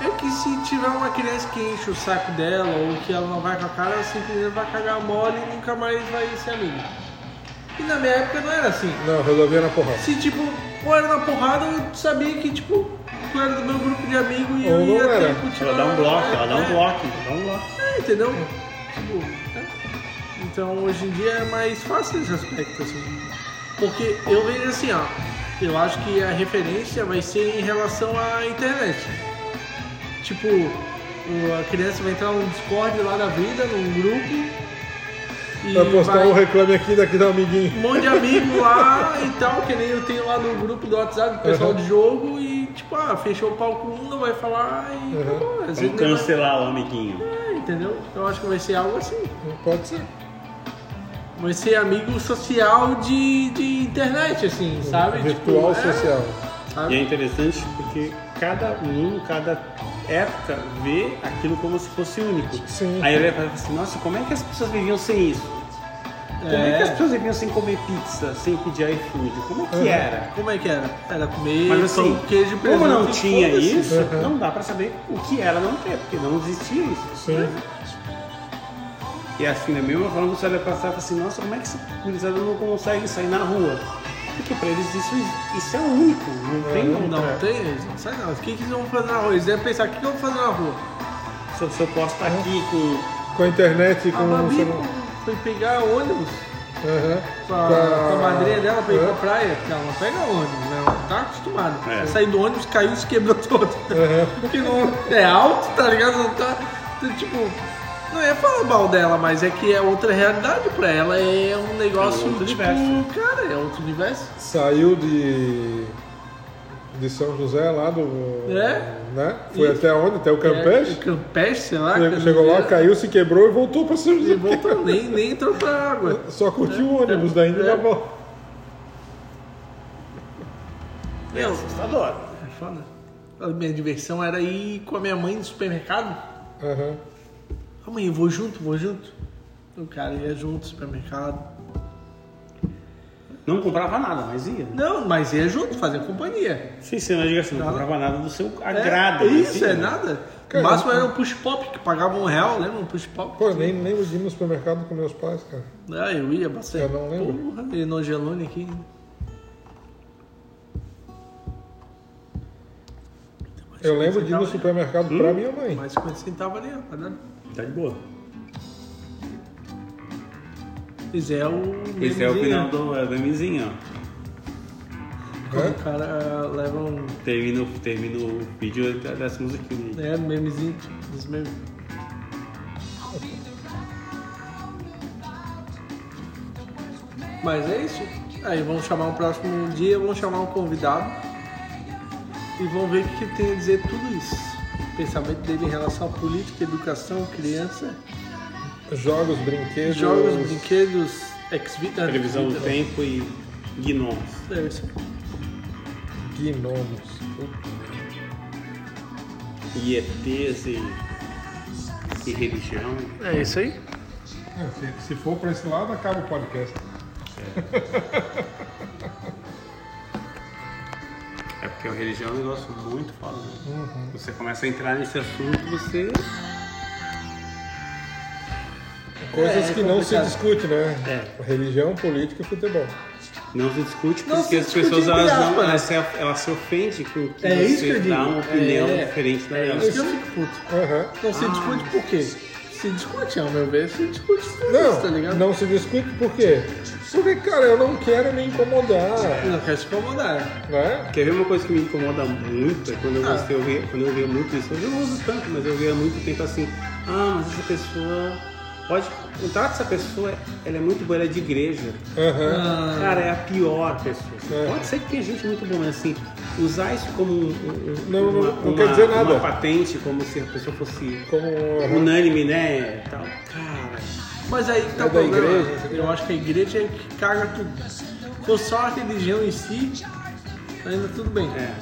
D: é que se tiver uma criança que enche o saco dela ou que ela não vai com a cara, ela simplesmente vai cagar mole e nunca mais vai ser amiga. E na minha época não era assim.
C: Não, resolver na porrada.
D: Se tipo, ou era na porrada, eu sabia que tipo, tu era do meu grupo de amigos e
C: Ou
D: eu
C: não
D: ia
C: era.
D: ter continuar.
B: Ela dá um bloco, ela dá
D: É.
B: um bloco, ela dá um bloco.
D: É, entendeu? Tipo, né? Então hoje em dia é mais fácil esse aspecto, assim. Porque eu vejo assim, ó. Eu acho que a referência vai ser em relação à internet. Tipo, o- a criança vai entrar no Discord lá da vida, num grupo. E
C: Vai postar
D: vai-
C: um reclame aqui daqui do amiguinho.
D: um monte de amigo lá e tal, que nem eu tenho lá no grupo do WhatsApp, do pessoal
C: Uhum.
D: de jogo, e tipo, ah, fechou o palco um, não vai falar e
C: Uhum.
D: acabou. Às vezes
B: Vamos
D: nem vai-
B: cancelar o amiguinho.
D: É, entendeu? Eu acho que vai ser algo assim.
C: Pode ser.
D: Vai ser amigo social de, de internet, assim, sabe?
C: Virtual
D: tipo, é,
C: social.
B: E é
D: sabe?
B: interessante porque cada um, cada época vê aquilo como se fosse único.
C: Sim.
B: Aí ele vai falar assim, nossa, como é que as pessoas viviam sem isso? Como é, que as pessoas viviam sem comer pizza, sem pedir iFood? Como é que
C: Uhum.
B: era?
D: Como é que era? Era comer
B: Mas assim,
D: pão, queijo, e presunto.
B: como não
D: e
B: tinha
D: foda-se. né?
B: isso,
C: Uhum.
B: não dá pra saber o que era não ter, porque não existia isso.
C: Sim.
B: E assim, da mesma forma, você vai passar e fala assim, nossa, como é que esse gurizada não consegue sair na rua? Porque pra eles isso, isso é único, não tem
C: Uhum.
B: outra.
D: Não tem, eles não sabe não. O que, que eles vão fazer na rua? Eles devem pensar, o que, que eu vou fazer na rua?
B: Se, se eu posso estar aqui com
C: Com a internet, com
D: A
C: o
D: Babi
C: celular.
D: foi pegar ônibus.
C: Aham.
D: com a,
C: Com a-
D: com a madrinha dela pra ir
C: É.
D: pra praia, porque ela não pega ônibus, né? Ela tá acostumada.
B: É.
D: Saiu do ônibus, caiu e se quebrou todo. Porque não é alto, tá ligado? Não tá. tá, Tipo, não é falar mal dela, mas é que é outra realidade pra ela. É um negócio.
B: É outro
D: tipo,
B: universo.
D: Cara, é outro universo.
C: Saiu de. de São José lá do.
D: É.
C: Né? Foi
D: E-
C: até onde? Até o
D: É,
C: Campeche?
D: Campeche, sei lá.
C: Chegou-
D: cara,
C: Chegou lá,
D: não-
C: caiu, se quebrou e voltou pra São
D: E
C: José.
D: voltou, nem, nem entrou pra água.
C: Só curtiu o ônibus
D: É.
C: daí e
D: É.
C: já volta.
B: É
D: Meu,
B: assustador.
D: é foda. A minha diversão era ir com a minha mãe no supermercado.
C: Aham.
D: Ah, mãe, eu vou junto, vou junto. O cara ia junto ao supermercado.
B: Não comprava nada, mas ia.
D: Não, mas ia né? junto, fazer companhia.
B: Sim, sim, mas diga assim, não
D: Nada.
B: comprava nada do seu
D: É,
B: agrado. mas
D: Isso,
B: ia.
D: é nada.
C: Cara,
D: o máximo era um push-pop, que pagava um real, lembra? Um push-pop.
C: Pô, eu nem lembro de ir no supermercado com meus pais, cara.
D: Ah, eu ia bastante.
C: Eu não lembro.
D: Porra, e no Gelone aqui.
C: Eu lembro de ir no supermercado pra
D: Hum?
C: minha mãe.
D: Mais 50 centavos ali, ó. tá dando.
B: Tá de boa.
D: Esse é o.
B: Esse é o
D: memezinho,
B: final
D: né?
B: do é, do memezinho, ó.
D: Quando
C: né?
D: o cara ah, leva um.
B: Termina, o- termina o vídeo ele tá- dessa musiquinha aí.
D: É, memezinho dos memes. Mas é isso. Aí vamos chamar um próximo dia, vamos chamar um convidado e vamos ver o que que tem a dizer tudo isso. O pensamento dele em relação à política, educação, criança,
C: Jogos, brinquedos.
D: jogos, brinquedos, ex-vida.
B: Previsão
D: Então.
B: do tempo e gnomos.
D: É isso.
C: Gnomos.
B: E ETs e, e religião.
D: É isso aí.
C: É, se- Se for pra esse lado, acaba o podcast.
B: É porque a religião é um negócio muito foda. né?
D: Uhum.
B: Você começa a entrar nesse assunto, você.
C: Coisas
D: É, é
C: que não se
D: complicado.
C: discute, né?
B: É.
C: Religião, política e futebol.
B: Não se discute
D: Não
B: porque
D: se
B: as
D: discute
B: pessoas
D: entre
B: elas, não,
D: aspas.
B: elas, se, elas se ofendem com que
D: É isso que
B: você
D: eu digo.
B: dá uma opinião
D: É.
B: diferente da
D: É
B: dela.
D: isso que eu fico puto.
C: Aham.
D: Não se discute por quê? Se discute, ao meu ver, se discute tudo isso, tá
C: Não,
D: ligado?
C: não se discute por quê? Porque, cara, eu não quero me incomodar,
D: Eu não quero se incomodar.
C: né?
B: Quer ver uma coisa que me incomoda muito? É quando eu,
C: Ah.
B: gostei, eu via, quando eu via muito isso, eu não uso tanto, mas eu via muito tempo assim, ah, mas essa pessoa. Pode. O trato dessa pessoa, ela é muito boa, ela é de igreja.
C: Aham.
B: Cara, é a pior pessoa.
C: Ah. É.
B: Pode ser que tenha gente muito boa, mas assim, usar isso como um- um-
C: Não, não-
B: uma,
C: não
B: uma-
C: quer dizer nada.
B: uma patente, como se a pessoa fosse
C: Como aham.
B: unânime, né? Tal. Cara,
D: Mas aí que tá
C: É
D: o
C: da
D: problema.
C: igreja, sei
D: eu acho que a igreja é que caga tudo. Se fosse só a religião em si, ainda tudo bem.
B: é.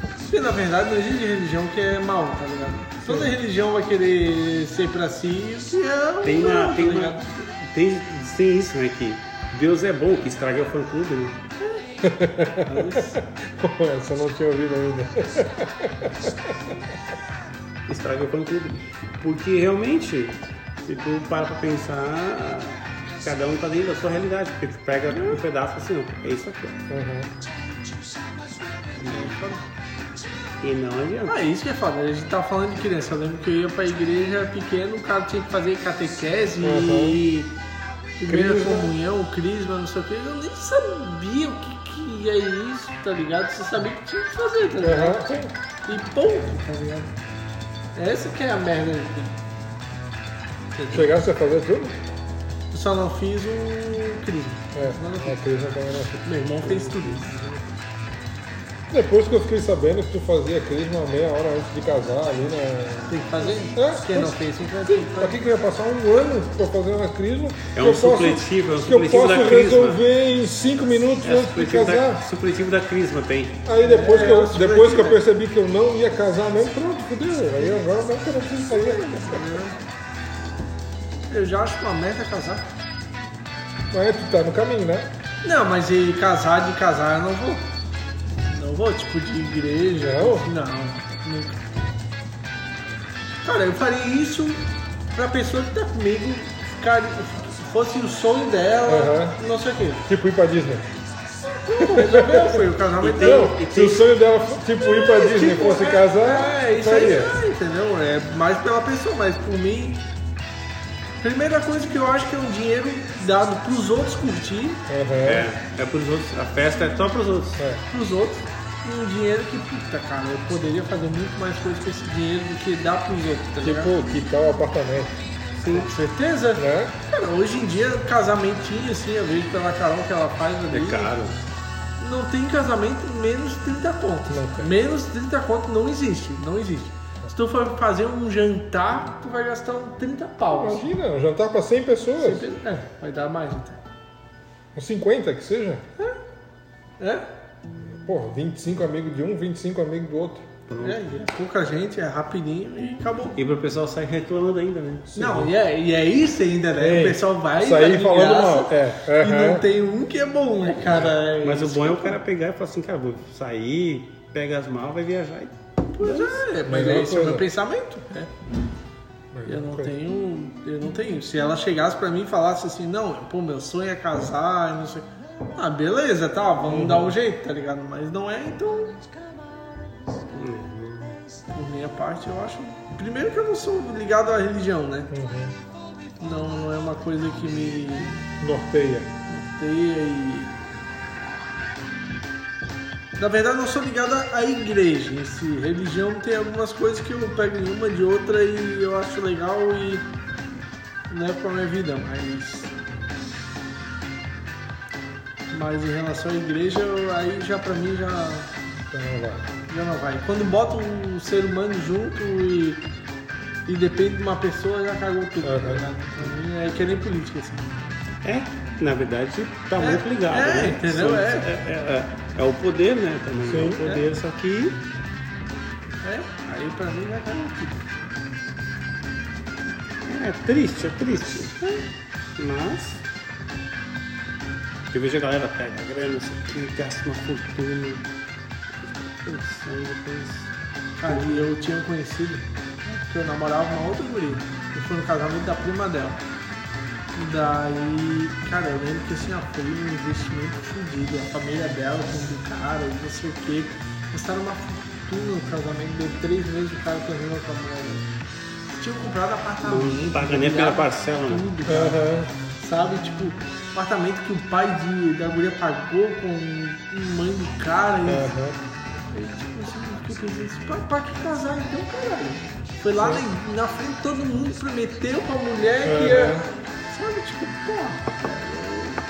D: Porque na verdade não existe religião que é mal, tá ligado? Toda religião vai querer ser pra si e se é um
B: Tem
D: mal,
B: uma.
D: tá
B: Tem, uma
D: ligado?
B: tem, tem isso, né? Que Deus é bom, que estraga o fã clube, né?
C: Essa eu não tinha ouvido ainda.
B: estraga o conteúdo. Porque realmente, se tu para pra pensar, cada um tá dentro da sua realidade. Porque tu pega um pedaço assim, ó, é isso aqui. ó.
C: Aham.
B: E não adianta.
D: Ah, isso que é foda. A gente tá falando de criança. Eu lembro que eu ia pra igreja pequeno, o cara tinha que fazer catequese e. Primeira
C: Crisma.
D: comunhão, crisma, não sei o que. Eu nem sabia o que, que é isso, tá ligado? Você sabia que tinha que fazer, tá ligado?
C: Aham.
D: E ponto, tá ligado? Essa que é a merda. aqui.
C: Chegasse a fazer tudo?
D: Eu só não fiz o crisma.
C: É,
D: Não, não
C: a Crisma também não fica.
D: Meu irmão fez tudo isso.
C: Depois que eu fiquei sabendo que tu fazia Crisma uma meia hora antes de casar ali, né?
D: Tem que fazer?
C: É,
D: Quem não
C: pois-
D: fez, tem que
C: Sim,
D: fazer.
C: pra que que eu ia passar um ano pra fazer uma crisma? que
B: um
C: eu posso-
B: supletivo, é um
C: Que eu
B: supletivo
C: posso
B: da crisma.
C: resolver em cinco minutos
B: É
C: antes de
B: supletivo
C: casar.
B: da, supletivo da Crisma tem.
C: Aí depois, que,
D: É,
C: eu,
D: eu sou
C: depois que eu
D: cretino.
C: percebi que eu não ia casar mesmo, pronto, fudeu. Aí agora mesmo que eu não preciso fazer.
D: Eu já acho uma merda casar.
C: Mas tu tá no caminho, né?
D: Não, mas e casar de casar eu não vou. Não vou, tipo, de igreja.
C: Não?
D: Não, nunca. Cara, eu faria isso pra pessoa que tá comigo ficar, fosse o sonho dela, não sei o quê.
C: Tipo ir pra Disney.
D: Resolveu, foi o casamento dela.
C: Não, se o sonho dela, fo- tipo, ir pra Disney
D: Tipo,
C: fosse
D: é,
C: casar,
D: É, isso aí,
C: faria.
D: é, entendeu? É mais pela pessoa, mas por mim. Primeira coisa que eu acho que é um dinheiro dado pros outros curtir,
C: Aham.
B: É, é pros outros. A festa é só pros outros.
D: pros outros, e um dinheiro que, puta cara, eu poderia fazer muito mais coisas com esse dinheiro do que dar pros outros, tá ligado?
C: Tipo, que tal apartamento,
D: Com certeza.
C: né?
D: Cara, hoje em dia, casamentinho, assim, eu vejo pela Carol que ela faz ali.
B: É caro.
D: Não tem casamento menos de 30 conto.
C: Não tem.
D: Menos de 30 conto não existe, não existe. Se tu for fazer um jantar, tu vai gastar um 30 pau. assim.
C: Imagina, um jantar pra 100 pessoas,
D: É, vai dar mais então.
C: uns 50 que seja.
D: É?
C: Porra, 25 amigos de um, 25 amigos do outro.
D: É, e é pouca gente, é rapidinho e acabou.
B: E pro pessoal sair reclamando ainda, né?
D: Não, e é, e é isso ainda, né?
C: Ei,
D: o pessoal vai
C: sair
D: vai de
C: falando
D: graça,
C: mal, é,
D: E
C: aham.
D: não tem um que é bom, né, cara? É
B: Mas o
D: isso.
B: bom é o cara pegar e falar assim, cara, vou sair, pega as malas, vai viajar e.
D: Pois é, mas
C: Melhor
D: é esse é o meu
C: coisa.
D: pensamento. né? Eu não tenho. Eu não tenho. Se ela chegasse pra mim e falasse assim, não, pô, meu sonho é casar, eu não sei. Ah, beleza, tá, vamos dar um jeito, tá ligado? Mas não é, então, por minha parte, eu acho. Primeiro que eu não sou ligado à religião, né?
C: Uhum.
D: Não, não é uma coisa que me
C: Norteia.
D: norteia e. Na verdade, eu não sou ligado à igreja em si. Religião tem algumas coisas que eu pego em uma de outra e eu acho legal e. Não é pra minha vida, mas. Mas em relação à igreja, eu- aí já pra mim já,
C: Então vai.
D: já não vai. Quando bota um ser humano junto e, e depende de uma pessoa, já cagou tudo.
C: Aham.
D: tá ligado? Pra mim é que nem política, assim.
B: É, na verdade, tá
D: É,
B: muito ligado.
D: é,
B: né?
D: entendeu?
B: São-
D: É.
B: é- é- é o poder, né? Também. é o
C: Sim,
B: poder, só que.
D: É, aí pra mim já cagou tudo.
B: É triste, é triste. Mas. Eu vejo a galera pega grana, assim. isso aqui, gasta uma fortuna. Pensando depois.
D: Cara, e eu tinha um conhecido que eu namorava uma outra guria. Eu fui no casamento da prima dela. Daí, cara, eu lembro que assim, ó, foi um investimento fudido. A família dela com o cara e não sei o quê. Gastaram uma fortuna no casamento, deu três meses o cara terminou com a mulher. dele. Tinham comprado apartamento.
B: Não paga nem pela
D: ligado?
B: parcela, né?
D: Tudo, cara.
C: Aham.
D: Sabe, tipo, apartamento que o pai de, da guria pagou com a mãe do cara.
C: É.
D: e-
C: Aham.
D: Aí, tipo, assim, eu pensei assim, pra, pra que casar então, caralho? Foi lá na, na frente de todo mundo, prometeu pra mulher que ia. Sabe, tipo, pô,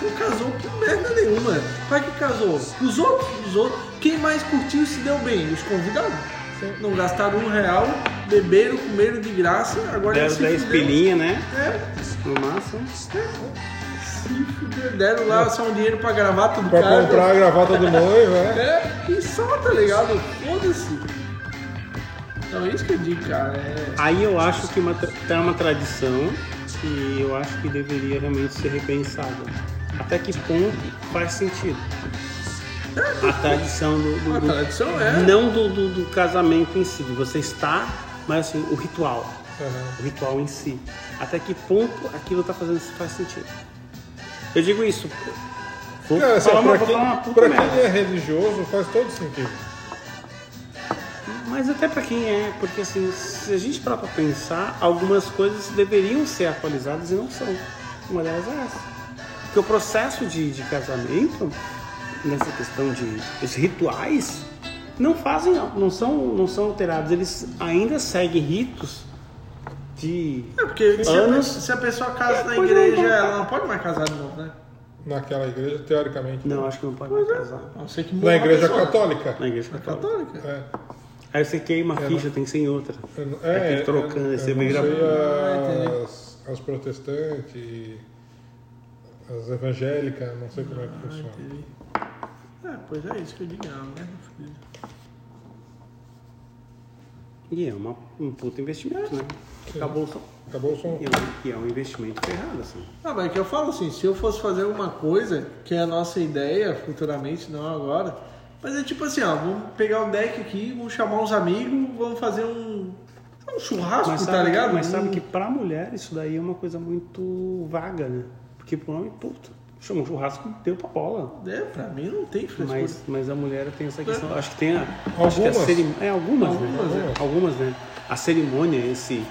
D: tu casou por merda nenhuma. Pra que casou? Os outros, os outros. Quem mais curtiu se deu bem? Os convidados. Não gastaram um real, beberam, comeram de graça, agora
B: Deram
D: se
B: 10
D: fuderam.
B: pilinha, né?
D: É,
B: No máximo.
D: se fuderam, deram lá só um dinheiro pra gravar tudo
C: Pra
D: caro.
C: comprar a gravata do noivo, é?
D: É, e só, tá ligado? Foda-se. Então é isso que eu digo, cara. É...
B: Aí eu acho que uma, tra- tá uma tradição que eu acho que deveria realmente ser repensada. Até que ponto faz sentido? A tradição do. do-
D: A
B: do-
D: tradição é.
B: Não do, do- do casamento em si, de você estar, mas assim, o ritual.
C: Aham.
B: O ritual em si. Até que ponto aquilo tá fazendo faz sentido? Eu digo isso. Vou
C: Cara, assim,
B: falar uma,
C: pra
B: vou falar uma
C: quem,
B: puta
C: pra
B: merda.
C: quem é religioso faz todo sentido.
B: Mas até pra quem é, porque assim, se a gente parar pra pensar, algumas coisas deveriam ser atualizadas e não são. Uma delas é essa. Porque o processo de, de casamento, nessa questão de os rituais, não fazem, não são, não são alterados, eles ainda seguem ritos de.
D: É porque se a, pe-
B: Anos.
D: se a pessoa casa na
B: Pois é, então. não,
D: igreja,
B: não.
D: é, ela não pode mais casar de novo, né?
C: Naquela igreja, teoricamente.
B: Não, acho que não pode mais
C: é
B: casar.
D: A não ser que morra
C: Na
D: a
C: igreja
D: pessoa.
C: católica.
B: Na igreja católica.
D: católica.
C: É.
B: Aí você queima a ficha, tem que ser em outra.
C: Eu-
B: Vai ter
C: É,
B: que trocando,
C: eu-
B: esse
C: eu não
B: migra-
D: Ah,
C: sei as, as protestantes, as evangélicas, não sei como é que funciona.
D: Entendi. É, pois é isso que eu digo, é uma merda fodida.
B: E é uma, um puto investimento, né? Acabou o som.
C: Acabou o som?
B: E é um- E é um investimento ferrado, assim.
D: Ah, mas é que eu falo assim, se eu fosse fazer alguma coisa, que é a nossa ideia futuramente, não agora, mas é tipo assim, ó, vamos pegar um deck aqui, vamos chamar uns amigos, vamos fazer um, um churrasco,
B: Mas Hum. sabe,
D: tá ligado?
B: Mas sabe
D: Um-
B: que pra mulher isso daí é uma coisa muito vaga, né? Porque pro homem, puta, chama um churrasco deu pra bola.
D: É, pra mim não tem frescura.
B: Mas, tá. mas a mulher tem essa questão. Acho que tem a. Acho que a
C: Algumas.
B: cerim... É, algumas, né?
D: Algumas,
B: Algumas, né? A cerimônia, esse.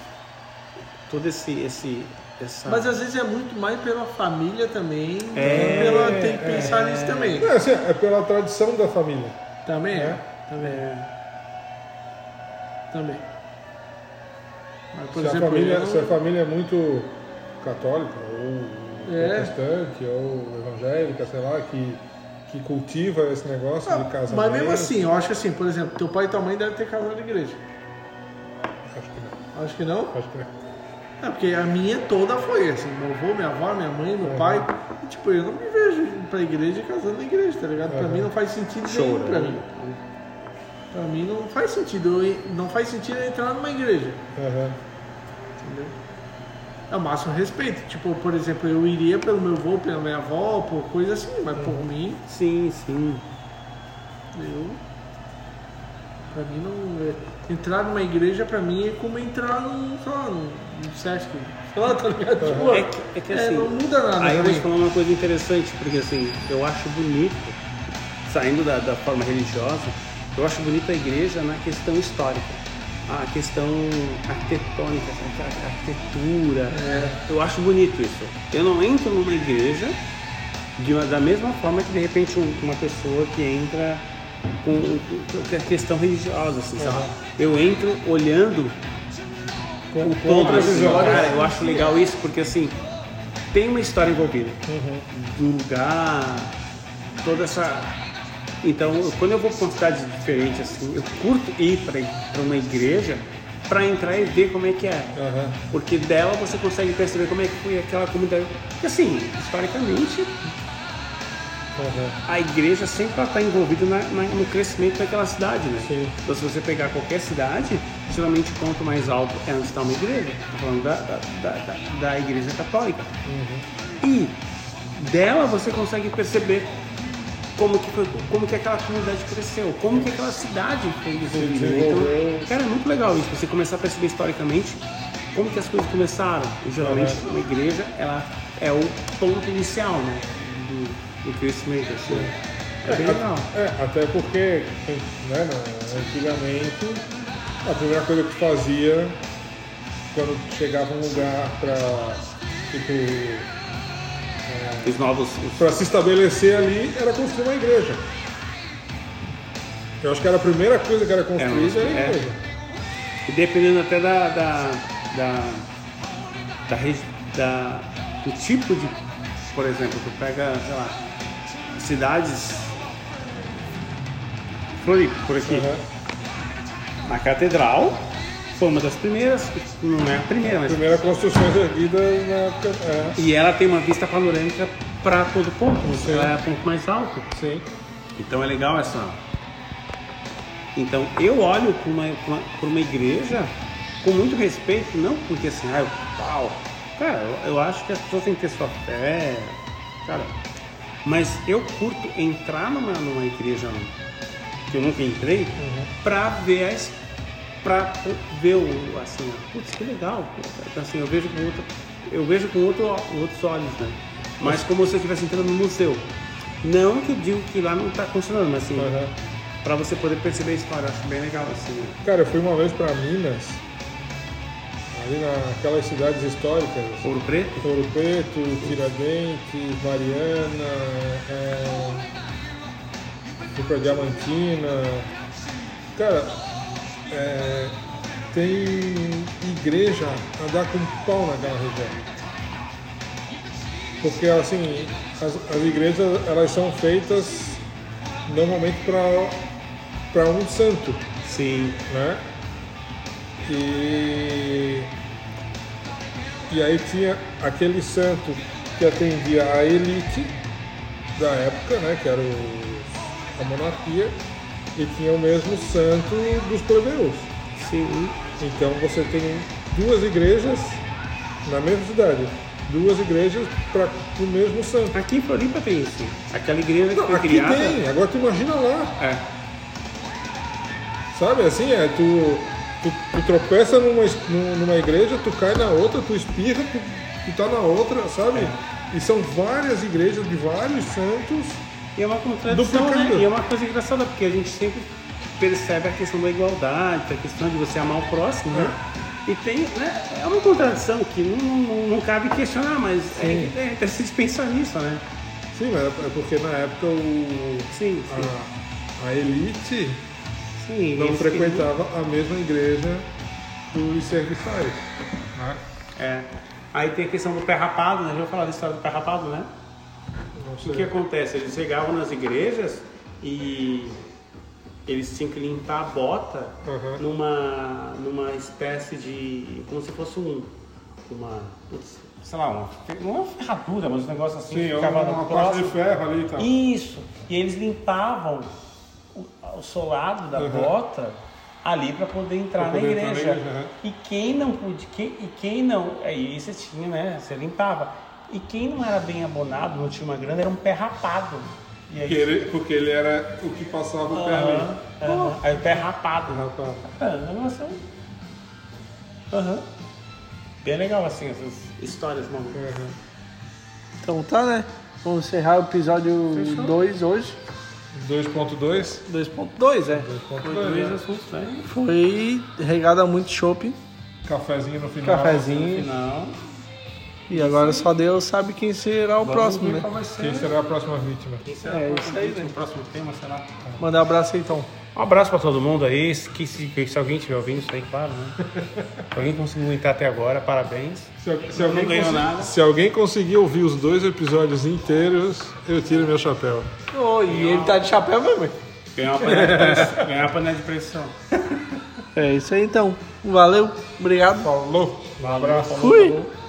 B: Todo esse, esse essa...
A: Mas às vezes é muito mais pela família também.
B: É,
A: pela, tem que pensar nisso também.
C: É, assim, é pela tradição da família.
A: Também é. Também é.
B: É,
A: Também. Mas, por
C: Se,
A: exemplo,
C: a família,
A: eu não-
C: se a família é muito católica, ou
A: É.
C: protestante, ou evangélica, sei lá, que, que cultiva esse negócio de é casamento.
A: Mas mesmo assim, eu acho que assim, por exemplo, teu pai e tua mãe devem ter casado na igreja.
C: Acho que não.
A: Acho que não.
C: Acho que não.
A: É, porque a minha toda foi assim. Meu avô, minha avó, minha mãe, meu pai. E, tipo, eu não me vejo indo pra igreja e casando na igreja, tá ligado? Pra
C: Uhum.
A: mim não faz sentido
B: Show,
A: nenhum pra
B: né?
A: mim. Pra mim não faz sentido. eu en- não faz sentido eu entrar numa igreja,
C: Aham.
A: entendeu? É o máximo respeito. Tipo, por exemplo, eu iria pelo meu avô, pela minha avó, por coisa assim. Mas por mim,
B: Sim, sim.
A: eu... Pra mim não... é- Entrar numa igreja, pra mim, é como entrar num, sei lá, num, num sesc. Sei lá, tá ligado? Tipo,
B: É que, é que assim.
A: não muda nada.
B: Aí eu vou te
A: também.
B: falar uma coisa interessante, porque assim, eu acho bonito, saindo da, da forma religiosa, eu acho bonito a igreja na questão histórica. A questão arquitetônica, sabe? a arquitetura.
A: É.
B: Eu acho bonito isso. Eu não entro numa igreja de uma- da mesma forma que de repente um- uma pessoa que entra com, com a questão religiosa, assim, sabe? Eu entro olhando
C: Com,
B: o
C: com
B: ponto
C: outras
B: assim,
C: visões.
B: cara, eu acho legal isso, porque assim, tem uma história envolvida. Do lugar, toda essa. Então, eu- quando eu vou pra uma cidade diferente, assim, eu curto ir pra, pra uma igreja pra entrar e ver como é que é.
C: Aham.
B: Porque dela você consegue perceber como é que foi aquela comunidade. Porque assim, historicamente,
C: Aham.
B: a igreja sempre está envolvida na- na- no crescimento daquela cidade, né?
C: Sim.
B: Então, se você pegar qualquer cidade, geralmente o ponto mais alto é onde está uma igreja. Estou falando da, da, da- da- da igreja católica.
C: Uhum.
B: E dela você consegue perceber como que, foi- como que aquela comunidade cresceu, como que aquela cidade foi desenvolvida. né?
C: desenvolveu.
B: Então, cara, é muito legal isso, você começar a perceber historicamente como que as coisas começaram. E, geralmente, uma igreja, ela é o ponto inicial, né? Do, do crescimento, assim. É bem legal.
C: É, até porque né, na- antigamente a primeira coisa que tu fazia quando chegava um lugar pra, tipo,
B: Os novos... os-
C: pra se estabelecer ali era construir uma igreja. Eu acho que era a primeira coisa que era construída era a
B: é.
C: igreja.
B: E dependendo até da... da, da, da, regi- da- do tipo de... Por exemplo, tu pega, sei lá, cidades... Floripa, por aqui.
C: Aham.
B: Na catedral, foi uma das primeiras, não é a primeira, mas
C: Primeira construção erguida na época. É,
B: E ela tem uma vista panorâmica para todo ponto, ela é o ponto mais alto.
C: sim.
B: Então é legal essa. Então eu olho para uma, pra uma- pra uma igreja com muito respeito, não porque assim, ah, eu, pau. Cara, eu, eu acho que as pessoas têm que ter sua fé. Cara, mas eu curto entrar numa, numa igreja que eu nunca entrei pra ver as. pra ver o. assim, putz, que legal. Então, assim, eu vejo com outro. Eu vejo com outro, outros olhos, né? Mas como se eu estivesse entrando no museu. Não que eu digo que lá não tá funcionando, mas assim,
C: Aham.
B: pra você poder perceber a história, eu acho bem legal, assim.
C: Cara, eu fui uma vez pra Minas, ali naquelas cidades históricas.
B: Ouro preto?
C: Ouro Preto, Tiradentes, Mariana, é... fui pra Diamantina. Cara, é, tem igreja a dar com pau naquela região. Porque assim, as, as igrejas elas são feitas normalmente para um santo,
B: Sim.
C: né? E, e aí tinha aquele santo que atendia a elite da época, né? Que era os- a monarquia, e tinha o mesmo santo dos plebeus.
B: Sim.
C: Então você tem duas igrejas na mesma cidade, duas igrejas para o mesmo santo.
B: Aqui em Floripa tem isso. Aquela igreja que
C: Não,
B: foi
C: aqui
B: criada.
C: tem, agora tu imagina lá.
B: É.
C: Sabe assim, é, tu, tu, tu tropeça numa, es- num- numa igreja, tu cai na outra, tu espirra, tu, tu tá na outra, sabe?
B: É.
C: E são várias igrejas de vários santos.
B: E é uma contradição, né?
C: Duplicando.
B: E é uma coisa engraçada, porque a gente sempre percebe a questão da igualdade, a questão de você amar o próximo, né? E tem, né, é uma contradição que não, não, não cabe questionar, mas é, é interessante pensar nisso, né?
C: Sim, mas é porque na época o,
B: Sim,
C: Ah.
B: sim.
C: a, a elite
B: sim
C: não
B: eles-
C: frequentava a mesma igreja dos serviçais. Né?
B: É. Aí tem a questão do pé rapado, né? Já vou falar da história do pé rapado, né?
C: Não sei.
B: O que acontece? Eles chegavam nas igrejas e eles tinham que limpar a bota
C: Aham.
B: numa, numa espécie de. como se fosse um. uma. putz, sei lá, uma, não é uma ferradura, mas um negócio assim
C: Sim,
B: que
C: é
B: ficava
C: uma,
B: no
C: uma parte
B: próximo.
C: de ferro ali e tal.
B: Isso. E eles limpavam o, o solado da
C: Uhum.
B: bota ali para poder entrar
C: Pra
B: na
C: poder entrar
B: igreja.
C: na igreja, uhum.
B: E quem não podia, quem, e quem não, aí você tinha, né? Você limpava. E quem não era bem abonado, não tinha uma grana, era um pé rapado. E aí,
C: Porque ele, porque ele era o que passava o pé
B: Aham,
C: ali.
B: aham. aí o pé rapado.
C: Rapaz.
B: Ah, é um negócio. Aham. Bem legal assim essas histórias, mano.
C: Aham.
A: Então tá, né? Vamos encerrar o episódio 2 hoje.
C: 2.2?
A: 2.2, é.
C: 2.2. né?
B: assuntos, né?
A: Foi regada a muito chopp,
C: Cafezinho no final.
A: cafezinho.
B: Não.
A: E agora só Deus sabe quem será o próximo, né?
C: Quem será a próxima vítima?
A: É isso aí, né?
B: O próximo tema será.
A: Mandar um abraço aí, então.
B: Um abraço pra todo mundo aí. Que se, que se alguém estiver ouvindo isso aí, claro, né? Se alguém conseguiu aguentar até agora, parabéns.
C: Se, al- se alguém
B: ganhou
C: consi-
B: nada.
C: se alguém conseguir ouvir os dois episódios inteiros, eu tiro meu chapéu.
A: Ô, e ele tá de chapéu mesmo. hein?
B: Ganhar uma panela de pressão. Ganhar uma panela de pressão.
A: É isso aí, então. Valeu, obrigado.
C: Falou!
B: Um abraço.
A: Fui!